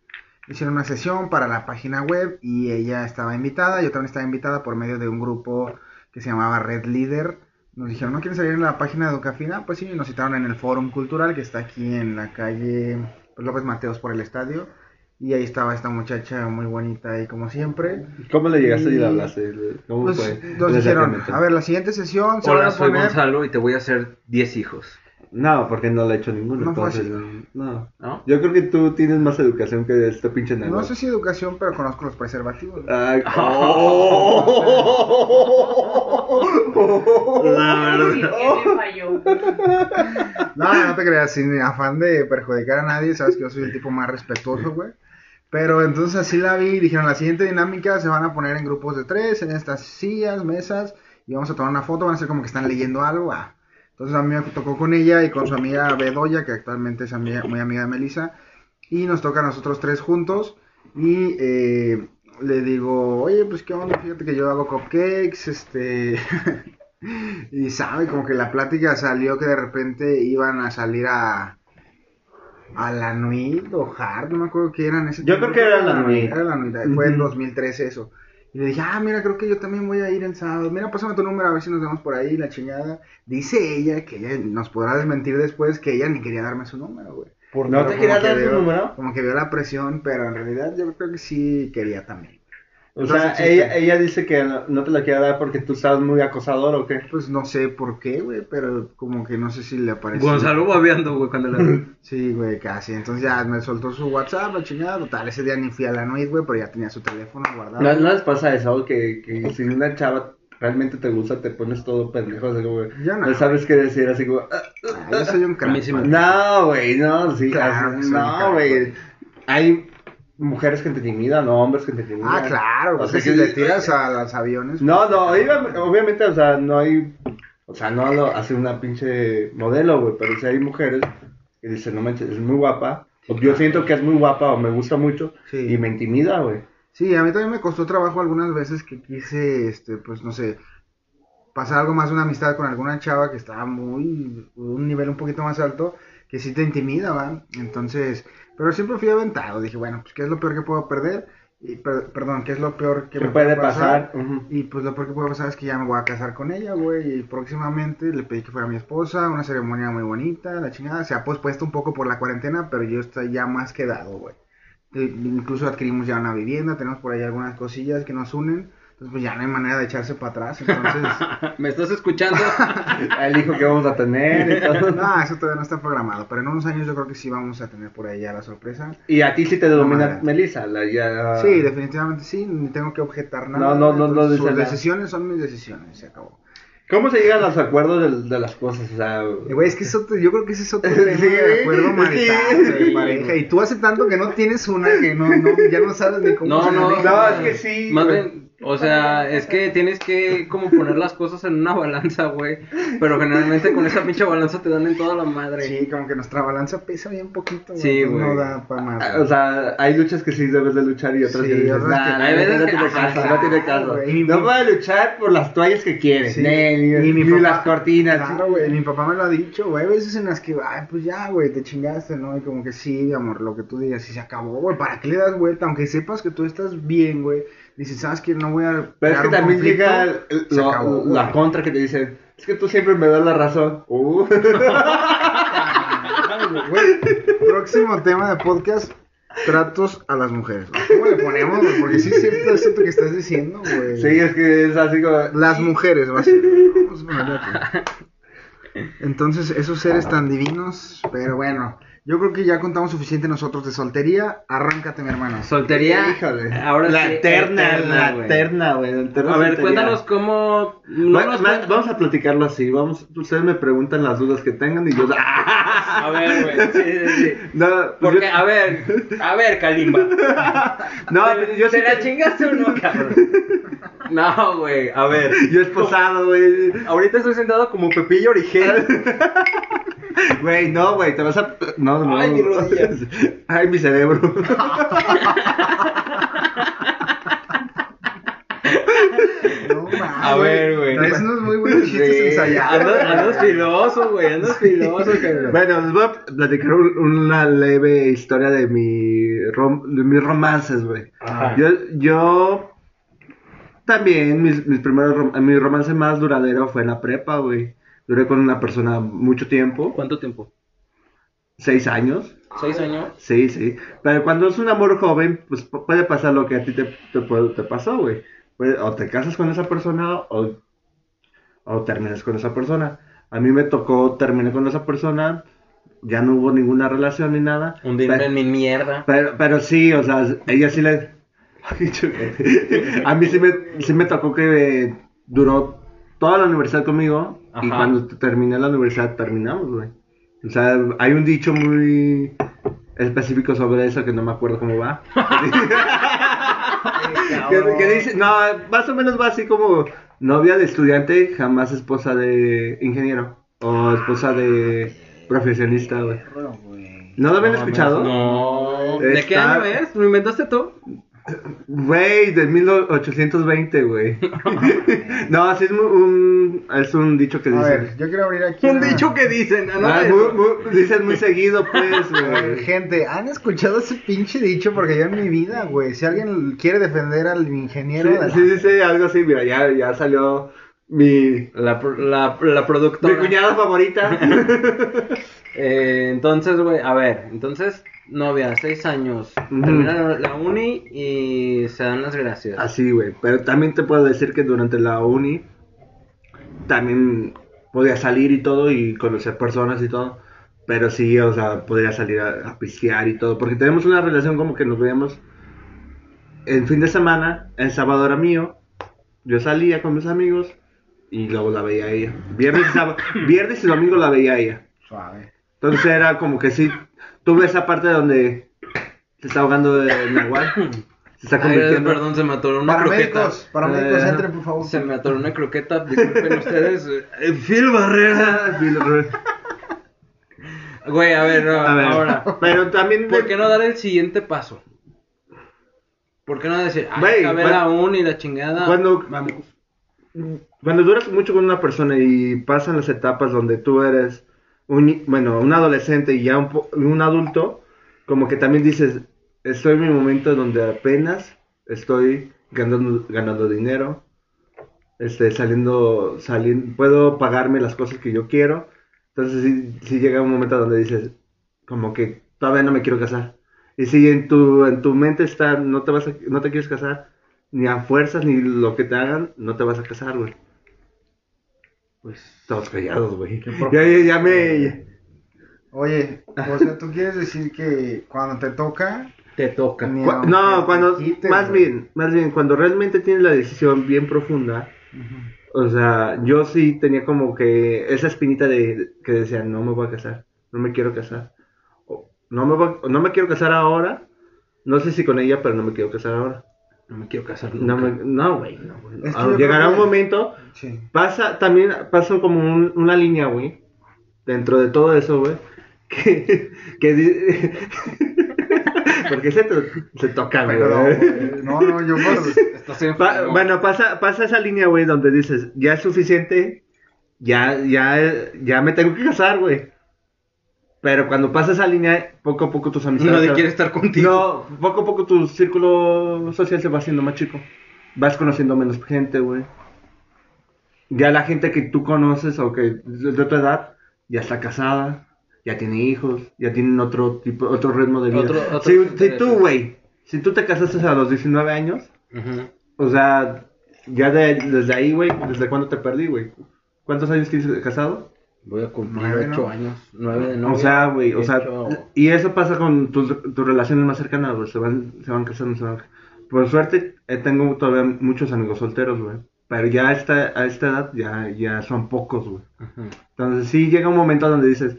[SPEAKER 2] Hicieron una sesión para la página web y ella estaba invitada, yo también estaba invitada por medio de un grupo que se llamaba Red Leader. Nos dijeron, ¿no quieren salir en la página de Educafin? Ah, pues sí, nos citaron en el Fórum Cultural que está aquí en la calle pues, López Mateos por el estadio. Y ahí estaba esta muchacha muy bonita y como siempre.
[SPEAKER 3] ¿Cómo le llegaste
[SPEAKER 2] Y-
[SPEAKER 3] y le hablaste? ¿Cómo
[SPEAKER 2] Pues
[SPEAKER 3] fue?
[SPEAKER 2] nos
[SPEAKER 3] el
[SPEAKER 2] dijeron,
[SPEAKER 3] acercamiento?
[SPEAKER 2] a ver, la siguiente sesión se van
[SPEAKER 1] Hola,
[SPEAKER 2] a
[SPEAKER 1] soy
[SPEAKER 2] poner...
[SPEAKER 1] Gonzalo y te voy a hacer 10 hijos.
[SPEAKER 3] No, porque no la he hecho ninguno.
[SPEAKER 2] No fue
[SPEAKER 3] entonces, no. no.
[SPEAKER 1] ¿No?
[SPEAKER 3] Yo creo que tú tienes más educación que este pinche negro.
[SPEAKER 2] No sé si educación, pero conozco los preservativos.
[SPEAKER 3] Ay, oh.
[SPEAKER 1] La
[SPEAKER 4] Uy, ¿qué me falló?
[SPEAKER 2] No, no te creas, sin afán de perjudicar a nadie, sabes que yo soy el tipo más respetuoso, güey. Pero entonces así la vi y dijeron, la siguiente dinámica se van a poner en grupos de tres, en estas sillas, mesas, y vamos a tomar una foto, van a ser como que están leyendo algo. ah. Entonces a mí me tocó con ella y con su amiga Bedoya, que actualmente es amiga- muy amiga de Melissa, y nos toca a nosotros tres juntos, y eh, le digo, oye, pues qué onda, fíjate que yo hago cupcakes, este... Y sabe, como que la plática salió que de repente iban a salir a. A la Nuit o Hard, no me acuerdo qué eran ese
[SPEAKER 3] Yo
[SPEAKER 2] tiempo.
[SPEAKER 3] creo que era la Nuit.
[SPEAKER 2] Era la Nuit, fue en
[SPEAKER 3] Ujú.
[SPEAKER 2] 2013 eso. Y le dije, ah, mira, creo que yo también voy a ir el sábado. Mira, pásame tu número a ver si nos vemos por ahí, la chingada. Dice ella, que ella nos podrá desmentir después, que ella ni quería darme su número, güey.
[SPEAKER 3] ¿No te
[SPEAKER 2] Pero
[SPEAKER 3] quería
[SPEAKER 2] como
[SPEAKER 3] dar
[SPEAKER 2] que
[SPEAKER 3] tu
[SPEAKER 2] vio-
[SPEAKER 3] número?
[SPEAKER 2] Como que vio la presión, pero en realidad yo creo que sí quería también.
[SPEAKER 3] O sea,
[SPEAKER 2] Entonces, sí,
[SPEAKER 3] ella,
[SPEAKER 2] está.
[SPEAKER 3] ella dice que no, no te la quiere dar porque tú estás muy acosador o qué.
[SPEAKER 2] Pues no sé por qué, güey, pero como que no sé si le apareció.
[SPEAKER 1] Gonzalo babeando, güey, cuando la
[SPEAKER 2] Sí, güey, casi. Entonces ya me soltó su WhatsApp, la chingada. Total, ese día ni fui a la noche, güey, pero ya tenía su teléfono guardado.
[SPEAKER 3] ¿No, no les pasa eso? Que, que si una chava realmente te gusta, te pones todo pendejo, así como...
[SPEAKER 2] Yo no.
[SPEAKER 3] No sabes qué decir, así como... ah,
[SPEAKER 2] Ah, yo soy un
[SPEAKER 1] A mí
[SPEAKER 2] crack.
[SPEAKER 1] sí me-
[SPEAKER 2] güey.
[SPEAKER 3] No, güey, no, sí,
[SPEAKER 2] Claro,
[SPEAKER 3] así-
[SPEAKER 2] sí, claro.
[SPEAKER 3] no, güey. Hay mujeres que te intimidan, no, hombres que te intimidan.
[SPEAKER 2] Ah, claro,
[SPEAKER 3] O
[SPEAKER 2] pues
[SPEAKER 3] sea,
[SPEAKER 2] si
[SPEAKER 3] que-
[SPEAKER 2] le tiras a los aviones.
[SPEAKER 3] No, no, iba- obviamente, o sea, no hay, o sea, no lo hace una pinche modelo, güey, pero si hay mujeres que dicen, no manches, es muy guapa, o yo siento que es muy guapa o me gusta mucho
[SPEAKER 2] Sí.
[SPEAKER 3] y me intimida, güey.
[SPEAKER 2] Sí, a mí también me costó trabajo algunas veces que quise, este, pues no sé, pasar algo más de una amistad con alguna chava que estaba muy, un nivel un poquito más alto, que sí te intimida, ¿va? Entonces, pero siempre fui aventado, dije, bueno, pues qué es lo peor que puedo perder, y, per- perdón, qué es lo peor que
[SPEAKER 3] ¿Qué
[SPEAKER 2] me
[SPEAKER 3] puede pasar? Ujú.
[SPEAKER 2] Y pues lo peor que puede pasar es que ya me voy a casar con ella, güey. Y próximamente le pedí que fuera mi esposa, una ceremonia muy bonita, la chingada. Se ha pospuesto un poco por la cuarentena, pero yo estoy ya más quedado, güey. Eh, Incluso adquirimos ya una vivienda, tenemos por ahí algunas cosillas que nos unen. Entonces, pues ya no hay manera de echarse para atrás. Entonces,
[SPEAKER 1] ¿Me estás escuchando?
[SPEAKER 3] El hijo que vamos a tener y todo.
[SPEAKER 2] no, eso todavía no está programado. Pero en unos años yo creo que sí vamos a tener por ahí ya la sorpresa.
[SPEAKER 3] Y a ti sí te domina
[SPEAKER 2] madre.
[SPEAKER 3] Melissa, la ya...
[SPEAKER 2] Sí, definitivamente sí, ni tengo que objetar nada.
[SPEAKER 3] Ah. No, no, no, no
[SPEAKER 2] Entonces,
[SPEAKER 3] dice
[SPEAKER 2] Sus
[SPEAKER 3] nada.
[SPEAKER 2] decisiones son mis decisiones, se acabó.
[SPEAKER 3] ¿Cómo se llegan a los acuerdos de, de las cosas? O sea,
[SPEAKER 2] Eh, Güey, es que eso, yo creo que ese es otro
[SPEAKER 3] Sí,
[SPEAKER 2] tema de
[SPEAKER 3] güey.
[SPEAKER 2] acuerdo marital,
[SPEAKER 3] Sí.
[SPEAKER 2] de pareja. Y tú hace tanto que no tienes una que no, no ya no sabes ni cómo
[SPEAKER 1] No,
[SPEAKER 2] se
[SPEAKER 1] no,
[SPEAKER 2] maneja.
[SPEAKER 3] no, es que sí,
[SPEAKER 1] Más
[SPEAKER 3] güey.
[SPEAKER 1] bien, o sea, es que tienes que como poner las cosas en una balanza, güey. Pero generalmente con esa pinche balanza te dan en toda la madre.
[SPEAKER 2] Sí, como que nuestra balanza pesa bien poquito.
[SPEAKER 1] Sí,
[SPEAKER 2] entonces No
[SPEAKER 1] güey.
[SPEAKER 2] da para
[SPEAKER 3] Ah,
[SPEAKER 2] más.
[SPEAKER 3] O sea, hay luchas que sí debes de luchar y otras
[SPEAKER 2] Sí,
[SPEAKER 3] que dices,
[SPEAKER 2] otras
[SPEAKER 3] "Nah,
[SPEAKER 2] que-
[SPEAKER 3] la neta no
[SPEAKER 1] hay veces
[SPEAKER 3] tiene
[SPEAKER 1] que-
[SPEAKER 3] caso,
[SPEAKER 2] Ajá,
[SPEAKER 3] no tiene caso.
[SPEAKER 2] güey, y
[SPEAKER 3] No
[SPEAKER 2] mi-
[SPEAKER 3] voy a luchar por las toallas que quieres,
[SPEAKER 2] Sí.
[SPEAKER 3] ne, ni,
[SPEAKER 2] Y mi
[SPEAKER 3] ni
[SPEAKER 2] papá-
[SPEAKER 3] las cortinas.
[SPEAKER 2] Claro, güey, mi papá me lo ha dicho, güey. Hay veces en las que, ay, pues ya, güey, te chingaste, ¿no? Y como que sí, mi amor, lo que tú digas, y se acabó, güey. ¿Para qué le das vuelta? Aunque sepas que tú estás bien, güey. Dices, ¿sabes que No voy a.
[SPEAKER 3] Pero es
[SPEAKER 2] crear
[SPEAKER 3] que
[SPEAKER 2] un
[SPEAKER 3] también
[SPEAKER 2] conflicto".
[SPEAKER 3] llega el- el-
[SPEAKER 2] Se
[SPEAKER 3] lo-
[SPEAKER 2] acabó,
[SPEAKER 3] la
[SPEAKER 2] güey.
[SPEAKER 3] contra que te dicen, es que tú siempre me das la razón. Uh.
[SPEAKER 2] Güey, próximo tema de podcast. Tratos a las mujeres. güey. ¿Cómo le ponemos? güey? Porque sí es cierto, es cierto que estás diciendo, güey.
[SPEAKER 3] sí, es que es así como...
[SPEAKER 2] Las mujeres, va a ser. Vamos a ponerle aquí. Entonces, esos seres tan divinos. Pero bueno, yo creo que ya contamos suficiente nosotros de soltería. Arráncate, mi hermano.
[SPEAKER 1] Soltería.
[SPEAKER 3] Híjole.
[SPEAKER 1] Ahora
[SPEAKER 3] la
[SPEAKER 1] sí,
[SPEAKER 3] eterna, la
[SPEAKER 1] güey.
[SPEAKER 3] eterna, güey. la eterna
[SPEAKER 1] A ver,
[SPEAKER 3] soltería.
[SPEAKER 1] cuéntanos cómo. no
[SPEAKER 3] Ma-
[SPEAKER 1] nos
[SPEAKER 3] ma-
[SPEAKER 1] cuentas-
[SPEAKER 3] vamos a platicarlo así, vamos, ustedes me preguntan las dudas que tengan y yo...
[SPEAKER 1] A ver, güey. Sí, sí, sí.
[SPEAKER 3] No, pues
[SPEAKER 1] Porque,
[SPEAKER 3] yo-
[SPEAKER 1] a ver, a ver, Kalimba.
[SPEAKER 3] no, pues,
[SPEAKER 1] ¿Te-
[SPEAKER 3] yo
[SPEAKER 1] ¿Te
[SPEAKER 3] sí
[SPEAKER 1] la
[SPEAKER 3] te-
[SPEAKER 1] chingaste o no, cabrón? No, güey, a ver.
[SPEAKER 3] Yo esposado, güey.
[SPEAKER 1] Ahorita estoy sentado como Pepillo Origel.
[SPEAKER 3] Güey, no, güey, te vas a. No, no.
[SPEAKER 1] Ay, mi rodilla.
[SPEAKER 3] Ay, mi cerebro.
[SPEAKER 2] No
[SPEAKER 1] A ver, güey.
[SPEAKER 2] Traes unos muy buenos chistes
[SPEAKER 1] Sí,
[SPEAKER 2] ensayados.
[SPEAKER 1] Andas, andas filoso, güey. Andas filoso, cabrón.
[SPEAKER 3] Bueno, les voy a platicar un- una leve historia de, mi rom- de mis romances, güey.
[SPEAKER 1] Ajá.
[SPEAKER 3] Yo, yo también, mis, mis primeros rom- mi romance más duradero fue en la prepa, güey. Duré con una persona mucho tiempo,
[SPEAKER 1] ¿Cuánto tiempo?
[SPEAKER 3] seis años.
[SPEAKER 1] ¿Seis años?
[SPEAKER 3] Sí, sí. Pero cuando es un amor joven, pues pu- puede pasar lo que a ti te, te, pu- te pasó, güey. Puede- O te casas con esa persona o, o terminas con esa persona. A mí me tocó, terminé con esa persona, ya no hubo ninguna relación ni nada.
[SPEAKER 1] Hundirme
[SPEAKER 3] Pe-
[SPEAKER 1] en mi mierda.
[SPEAKER 3] pero, pero sí, o sea, ella sí le... a mí sí me, sí me tocó que duró toda la universidad conmigo y
[SPEAKER 1] Ajá.
[SPEAKER 3] cuando terminé la universidad terminamos, güey. O sea, hay un dicho muy específico sobre eso que no me acuerdo cómo va.
[SPEAKER 2] Ah,
[SPEAKER 3] que, que dice, no, más o menos va así como novia de estudiante, jamás esposa de ingeniero o esposa de profesionista, güey.
[SPEAKER 2] Bueno, güey.
[SPEAKER 3] ¿No lo habían
[SPEAKER 2] No,
[SPEAKER 3] escuchado?
[SPEAKER 1] No. ¿De qué
[SPEAKER 3] Está-
[SPEAKER 1] año es? ¿Lo inventaste tú?
[SPEAKER 3] Güey, de 1820, güey. no, así es mu- un, es un dicho que
[SPEAKER 2] A
[SPEAKER 3] dicen.
[SPEAKER 2] ver, yo quiero abrir aquí.
[SPEAKER 1] Un
[SPEAKER 2] una-
[SPEAKER 1] dicho que dicen. ¿no?
[SPEAKER 3] Ah, muy- muy- dicen muy seguido, pues,
[SPEAKER 2] A ver,
[SPEAKER 3] güey.
[SPEAKER 2] Gente, ¿han escuchado ese pinche dicho? Porque yo en mi vida, güey. Si alguien quiere defender al ingeniero. de la-
[SPEAKER 3] Sí, sí dice algo así, mira, ya, ya salió mi,
[SPEAKER 1] La, pro- la, la productora.
[SPEAKER 3] mi cuñada favorita.
[SPEAKER 1] Eh, entonces, güey, a ver, entonces, novia, seis años,
[SPEAKER 3] Ujú.
[SPEAKER 1] termina la, la uni y se dan las gracias.
[SPEAKER 3] así, güey. Pero también te puedo decir que durante la uni también podía salir y todo y conocer personas y todo. Pero sí, o sea, podía salir a, a pistear y todo. Porque tenemos una relación como que nos veíamos en fin de semana, el sábado era mío, yo salía con mis amigos y luego la veía a ella. Viernes y, sábado, viernes y domingo la veía a ella.
[SPEAKER 2] Suave.
[SPEAKER 3] Entonces era como que sí, tuve esa parte donde se está ahogando el Nahual. Se está
[SPEAKER 1] Ay,
[SPEAKER 3] convirtiendo.
[SPEAKER 1] perdón, se me atoró una croqueta.
[SPEAKER 2] Paramédicos, paramédicos,
[SPEAKER 3] Eh,
[SPEAKER 2] entren, por favor.
[SPEAKER 1] Se me atoró una croqueta, disculpen ustedes. eh, Phil Barrera.
[SPEAKER 3] Ah,
[SPEAKER 1] Güey, a ver, no,
[SPEAKER 3] A ver,
[SPEAKER 1] ahora.
[SPEAKER 3] pero también.
[SPEAKER 1] ¿Por qué no dar el siguiente paso? ¿Por qué no decir, "Ah, ay,
[SPEAKER 3] Güey,
[SPEAKER 1] acabé
[SPEAKER 3] cuan-
[SPEAKER 1] la uni y la chingada?
[SPEAKER 3] Cuando-
[SPEAKER 1] Vamos.
[SPEAKER 3] Cuando duras mucho con una persona y pasan las etapas donde tú eres un, ni- bueno, un adolescente y ya un, po- un adulto, como que también dices, estoy en mi momento donde apenas estoy ganando, ganando dinero, este, saliendo, saliendo, puedo pagarme las cosas que yo quiero. Entonces sí, sí llega un momento donde dices, como que todavía no me quiero casar. Y si en tu, en tu mente está, no te vas a- no te quieres casar, ni a fuerzas, ni lo que te hagan, no te vas a casar, güey.
[SPEAKER 1] Pues,
[SPEAKER 3] Estamos callados, güey.
[SPEAKER 2] profundo.
[SPEAKER 3] Ya, ya, ya me...
[SPEAKER 2] Oye, o sea, tú quieres decir que cuando te toca,
[SPEAKER 1] te toca.
[SPEAKER 2] Ni-
[SPEAKER 3] Cu-
[SPEAKER 2] aunque
[SPEAKER 3] no,
[SPEAKER 2] te
[SPEAKER 3] cuando...
[SPEAKER 2] quites,
[SPEAKER 3] más
[SPEAKER 2] güey.
[SPEAKER 3] bien, más bien, cuando realmente tienes la decisión bien profunda, o sea, yo sí tenía como que esa espinita de que decía, no me voy a casar, no me quiero casar. O, no, me voy- no me quiero casar ahora, no sé si con ella, pero no me quiero casar ahora.
[SPEAKER 1] No me quiero casar.
[SPEAKER 3] No,
[SPEAKER 1] nunca.
[SPEAKER 3] me- no, güey, no, güey.
[SPEAKER 2] Es que yo
[SPEAKER 3] Llegará
[SPEAKER 2] creo
[SPEAKER 3] un
[SPEAKER 2] que-
[SPEAKER 3] momento
[SPEAKER 2] sí.
[SPEAKER 3] Pasa, también pasa como un- una línea, güey. Dentro de todo eso, güey. Que, que di- Porque se, to- se toca, güey.
[SPEAKER 2] Perdón, güey. no, no, yo por...
[SPEAKER 1] Estás enfermo.
[SPEAKER 3] Pa- bueno, pasa, pasa esa línea, güey, donde dices, ya es suficiente, ya, ya, ya me tengo que casar, güey. Pero cuando pasa esa línea, poco a poco tus amistades...
[SPEAKER 1] Nadie
[SPEAKER 3] se-
[SPEAKER 1] quiere estar contigo.
[SPEAKER 3] No, poco a poco tu círculo social se va haciendo más chico. Vas conociendo menos gente, güey. Ya la gente que tú conoces o que de de tu edad ya está casada, ya tiene hijos, ya tienen otro tipo, otro ritmo de vida.
[SPEAKER 1] Otro- otros
[SPEAKER 3] si, si
[SPEAKER 1] intereses.
[SPEAKER 3] tú, güey, si tú te casaste a los 19 años,
[SPEAKER 1] Ujú.
[SPEAKER 3] o sea, ya de- desde ahí, güey, ¿desde cuándo te perdí, güey? ¿Cuántos años tienes de casado?
[SPEAKER 1] Voy a cumplir
[SPEAKER 2] Nueve,
[SPEAKER 1] ocho
[SPEAKER 2] ¿no?
[SPEAKER 1] años. Nueve de
[SPEAKER 3] o
[SPEAKER 1] novia,
[SPEAKER 3] sea, güey, o sea,
[SPEAKER 1] ocho-
[SPEAKER 3] y eso pasa con tus, tus relaciones más cercanas, güey, se van, se van casando, se van... Por suerte, eh, tengo todavía muchos amigos solteros, güey, pero ya a esta, a esta edad ya, ya son pocos, güey.
[SPEAKER 1] Ujú.
[SPEAKER 3] Entonces sí llega un momento donde dices,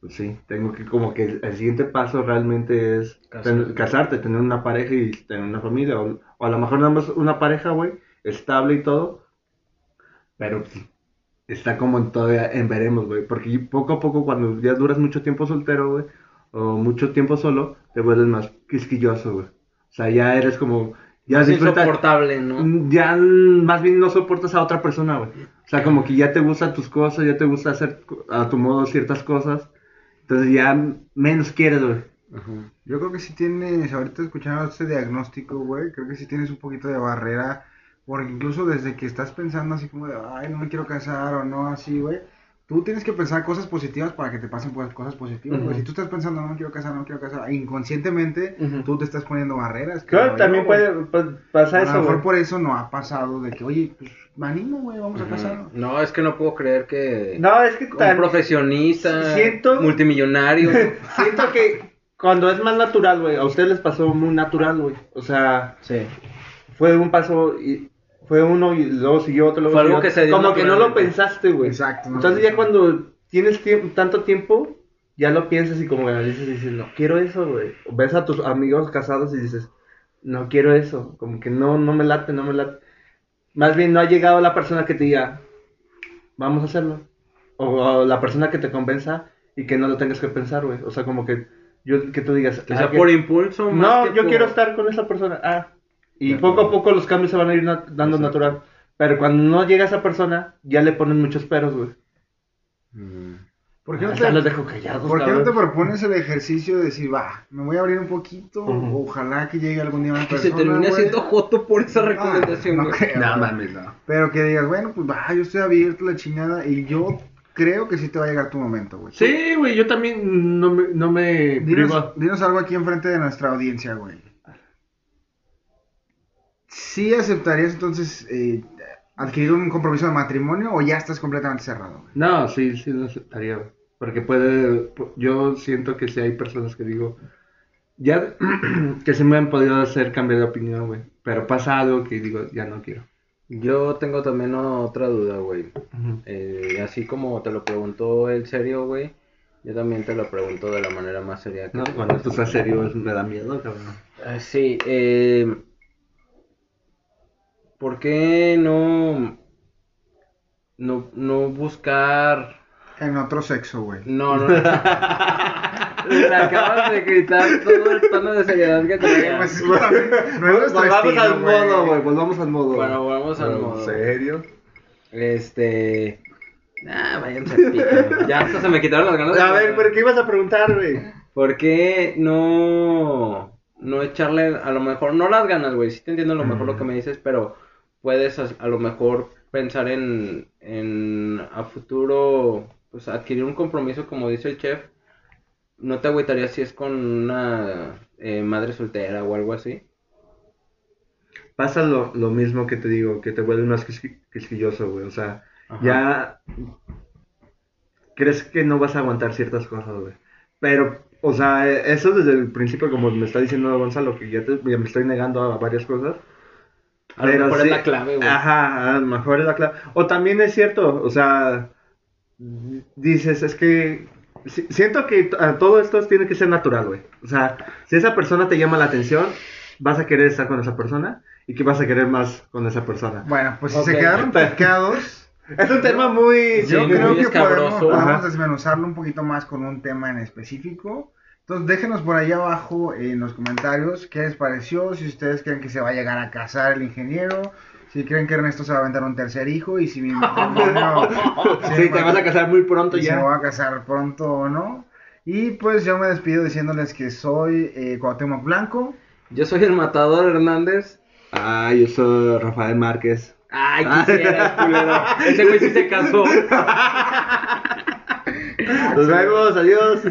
[SPEAKER 3] pues sí, tengo que como que el siguiente paso realmente es
[SPEAKER 1] Casarte.
[SPEAKER 3] ten- casarte, tener una pareja y tener una familia, o, o a lo mejor nada más una pareja, güey, estable y todo, pero pues, está como en todavía en veremos, güey, porque poco a poco cuando ya duras mucho tiempo soltero, güey, o mucho tiempo solo, te vuelves más quisquilloso, güey. O sea, ya eres como, Ya
[SPEAKER 1] es
[SPEAKER 3] disfrutas-
[SPEAKER 1] insoportable, ¿no?
[SPEAKER 3] Ya mm, más bien no soportas a otra persona, güey. O sea, como que ya te gustan tus cosas, ya te gusta hacer co- a tu modo ciertas cosas. Entonces ya menos quieres, güey.
[SPEAKER 2] Yo creo que sí tienes, ahorita escuchando este diagnóstico, güey, creo que sí tienes un poquito de barrera, porque incluso desde que estás pensando así como de, ay, no me quiero casar o no, así, güey, tú tienes que pensar cosas positivas para que te pasen pues, cosas positivas, güey.
[SPEAKER 3] Ujú.
[SPEAKER 2] Si tú estás pensando, no me quiero casar, no me quiero casar, e inconscientemente
[SPEAKER 3] Ujú.
[SPEAKER 2] tú te estás poniendo barreras.
[SPEAKER 3] Claro,
[SPEAKER 2] creo
[SPEAKER 3] también
[SPEAKER 2] yo, güey.
[SPEAKER 3] puede pues, pasar
[SPEAKER 2] A lo
[SPEAKER 3] eso,
[SPEAKER 2] mejor
[SPEAKER 3] güey.
[SPEAKER 2] por eso no ha pasado de que, oye, pues me animo, güey, vamos a casarnos.
[SPEAKER 1] No, es que no puedo creer que
[SPEAKER 3] No, es que
[SPEAKER 1] un
[SPEAKER 3] tan-
[SPEAKER 1] profesionista,
[SPEAKER 3] Siento-
[SPEAKER 1] multimillonario,
[SPEAKER 3] siento que cuando es más natural, güey, a ustedes les pasó muy natural, güey. O sea,
[SPEAKER 1] sí.
[SPEAKER 3] fue un paso y fue uno y luego siguió otro. Luego
[SPEAKER 1] Fue algo
[SPEAKER 3] siguió otro.
[SPEAKER 1] que se dio
[SPEAKER 3] Como que no lo
[SPEAKER 1] naturalmente.
[SPEAKER 3] pensaste, güey.
[SPEAKER 2] Exacto, no
[SPEAKER 3] Entonces
[SPEAKER 2] lo
[SPEAKER 3] ya cuando tienes tiemp- tanto tiempo, ya lo piensas y como que dices, dices, no quiero eso, güey. O Ves a tus amigos casados y dices, no quiero eso. Como que no, no me late, no me late. Más bien no ha llegado la persona que te diga, vamos a hacerlo. O, o la persona que te convenza y que no lo tengas que pensar, güey. O sea, como que yo que tú digas,
[SPEAKER 1] Que
[SPEAKER 3] "Ah,
[SPEAKER 1] sea
[SPEAKER 3] que-
[SPEAKER 1] por impulso, más
[SPEAKER 3] no,
[SPEAKER 1] que
[SPEAKER 3] yo
[SPEAKER 1] por-
[SPEAKER 3] quiero estar con esa persona. Ah. Y
[SPEAKER 2] Ya,
[SPEAKER 3] poco a
[SPEAKER 2] claro.
[SPEAKER 3] poco los cambios se van a ir nat- dando natural. Pero cuando no llega esa persona, ya le ponen muchos peros, güey.
[SPEAKER 2] ¿Por qué no
[SPEAKER 3] Hasta
[SPEAKER 2] te-
[SPEAKER 3] los dejo callados,
[SPEAKER 2] ¿Por qué no
[SPEAKER 3] Pues, cabrón.
[SPEAKER 2] te propones el ejercicio de decir, va, me voy a abrir un poquito,
[SPEAKER 3] Ujú.
[SPEAKER 2] ojalá que llegue algún día una
[SPEAKER 1] Que
[SPEAKER 2] persona,
[SPEAKER 1] se termine
[SPEAKER 2] güey?
[SPEAKER 1] haciendo joto por esa
[SPEAKER 2] Ah,
[SPEAKER 1] recomendación,
[SPEAKER 2] no
[SPEAKER 1] güey.
[SPEAKER 2] creo,
[SPEAKER 3] No
[SPEAKER 2] güey.
[SPEAKER 3] mames, no.
[SPEAKER 2] Pero que digas, bueno, pues va, yo estoy abierto a la chingada y yo creo que sí te va a llegar tu momento, güey.
[SPEAKER 3] Sí, güey, yo también no me, no me
[SPEAKER 2] Dinos,
[SPEAKER 3] privo.
[SPEAKER 2] dinos algo aquí enfrente de nuestra audiencia, güey. ¿Sí aceptarías entonces eh, adquirir un compromiso de matrimonio o ya estás completamente cerrado, güey?
[SPEAKER 3] No, sí, sí lo aceptaría, güey. Porque puede, yo siento que sí hay personas que digo, ya, que se me han podido hacer cambiar de opinión, güey. Pero pasa algo que digo, ya no quiero.
[SPEAKER 1] Yo tengo también otra duda, güey. Eh, así como te lo preguntó el serio, güey, yo también te lo pregunto de la manera más seria que
[SPEAKER 3] No,
[SPEAKER 1] tú
[SPEAKER 3] cuando tú estás serio me da miedo, cabrón.
[SPEAKER 1] Ah, Sí, eh, ¿por qué no, no, no buscar...
[SPEAKER 2] En otro sexo, güey.
[SPEAKER 1] No, no. Le acabas de gritar todo el tono de seriedad que tenía.
[SPEAKER 2] Pues, es que también no es nuestro
[SPEAKER 3] Volvamos
[SPEAKER 2] estilo,
[SPEAKER 3] al modo, güey. Volvamos al modo.
[SPEAKER 1] Bueno, volvamos al
[SPEAKER 3] Pero,
[SPEAKER 1] modo.
[SPEAKER 3] ¿En serio?
[SPEAKER 1] Este... Ah, váyanse al pico. Ya hasta se me quitaron las ganas. de
[SPEAKER 3] A ver,
[SPEAKER 1] hablar.
[SPEAKER 3] ¿pero qué ibas a preguntar, güey?
[SPEAKER 1] ¿Por qué no, no echarle a lo mejor, no las ganas, güey? Sí te entiendo a lo mejor lo que me dices, pero puedes a, a lo mejor pensar en, en a futuro, pues adquirir un compromiso, como dice el chef. ¿No te agüitarías si es con una eh, madre soltera o algo así?
[SPEAKER 3] Pasa lo, lo mismo que te digo, que te vuelves más quisqui- quisquilloso, güey. O sea,
[SPEAKER 1] Ajá.
[SPEAKER 3] ya crees que no vas a aguantar ciertas cosas, güey. Pero, o sea, eh, eso desde el principio, como me está diciendo Gonzalo, que ya, te- ya me estoy negando a varias cosas.
[SPEAKER 1] A lo
[SPEAKER 3] Pero
[SPEAKER 1] mejor
[SPEAKER 3] sí.
[SPEAKER 1] es la clave, güey.
[SPEAKER 3] Ajá, a lo mejor es la clave. O también es cierto, o sea, dices, es que si- siento que t- a todo esto tiene que ser natural, güey. O sea, si esa persona te llama la atención, vas a querer estar con esa persona y que vas a querer más con esa persona.
[SPEAKER 2] Bueno, pues si
[SPEAKER 1] Ok.
[SPEAKER 2] se quedaron pescados...
[SPEAKER 3] Es un tema muy...
[SPEAKER 1] Sí,
[SPEAKER 2] Yo
[SPEAKER 1] muy
[SPEAKER 2] creo que podemos,
[SPEAKER 1] escabroso.
[SPEAKER 2] podemos
[SPEAKER 3] Ajá.
[SPEAKER 2] desmenuzarlo un poquito más con un tema en específico. Entonces déjenos por ahí abajo en los comentarios qué les pareció, si ustedes creen que se va a llegar a casar el ingeniero, si creen que Ernesto se va a aventar un tercer hijo y si mi matrimonio
[SPEAKER 3] Sí, te vas a casar muy pronto
[SPEAKER 2] si me
[SPEAKER 3] ya.
[SPEAKER 2] voy a casar pronto o no. Y pues yo me despido diciéndoles que soy eh, Cuauhtémoc Blanco.
[SPEAKER 1] Yo soy el matador Hernández.
[SPEAKER 3] Ah, yo soy Rafael Márquez.
[SPEAKER 1] Ay, quisieras, culero. Ese güey sí se casó.
[SPEAKER 3] Ah, Nos vemos, adiós.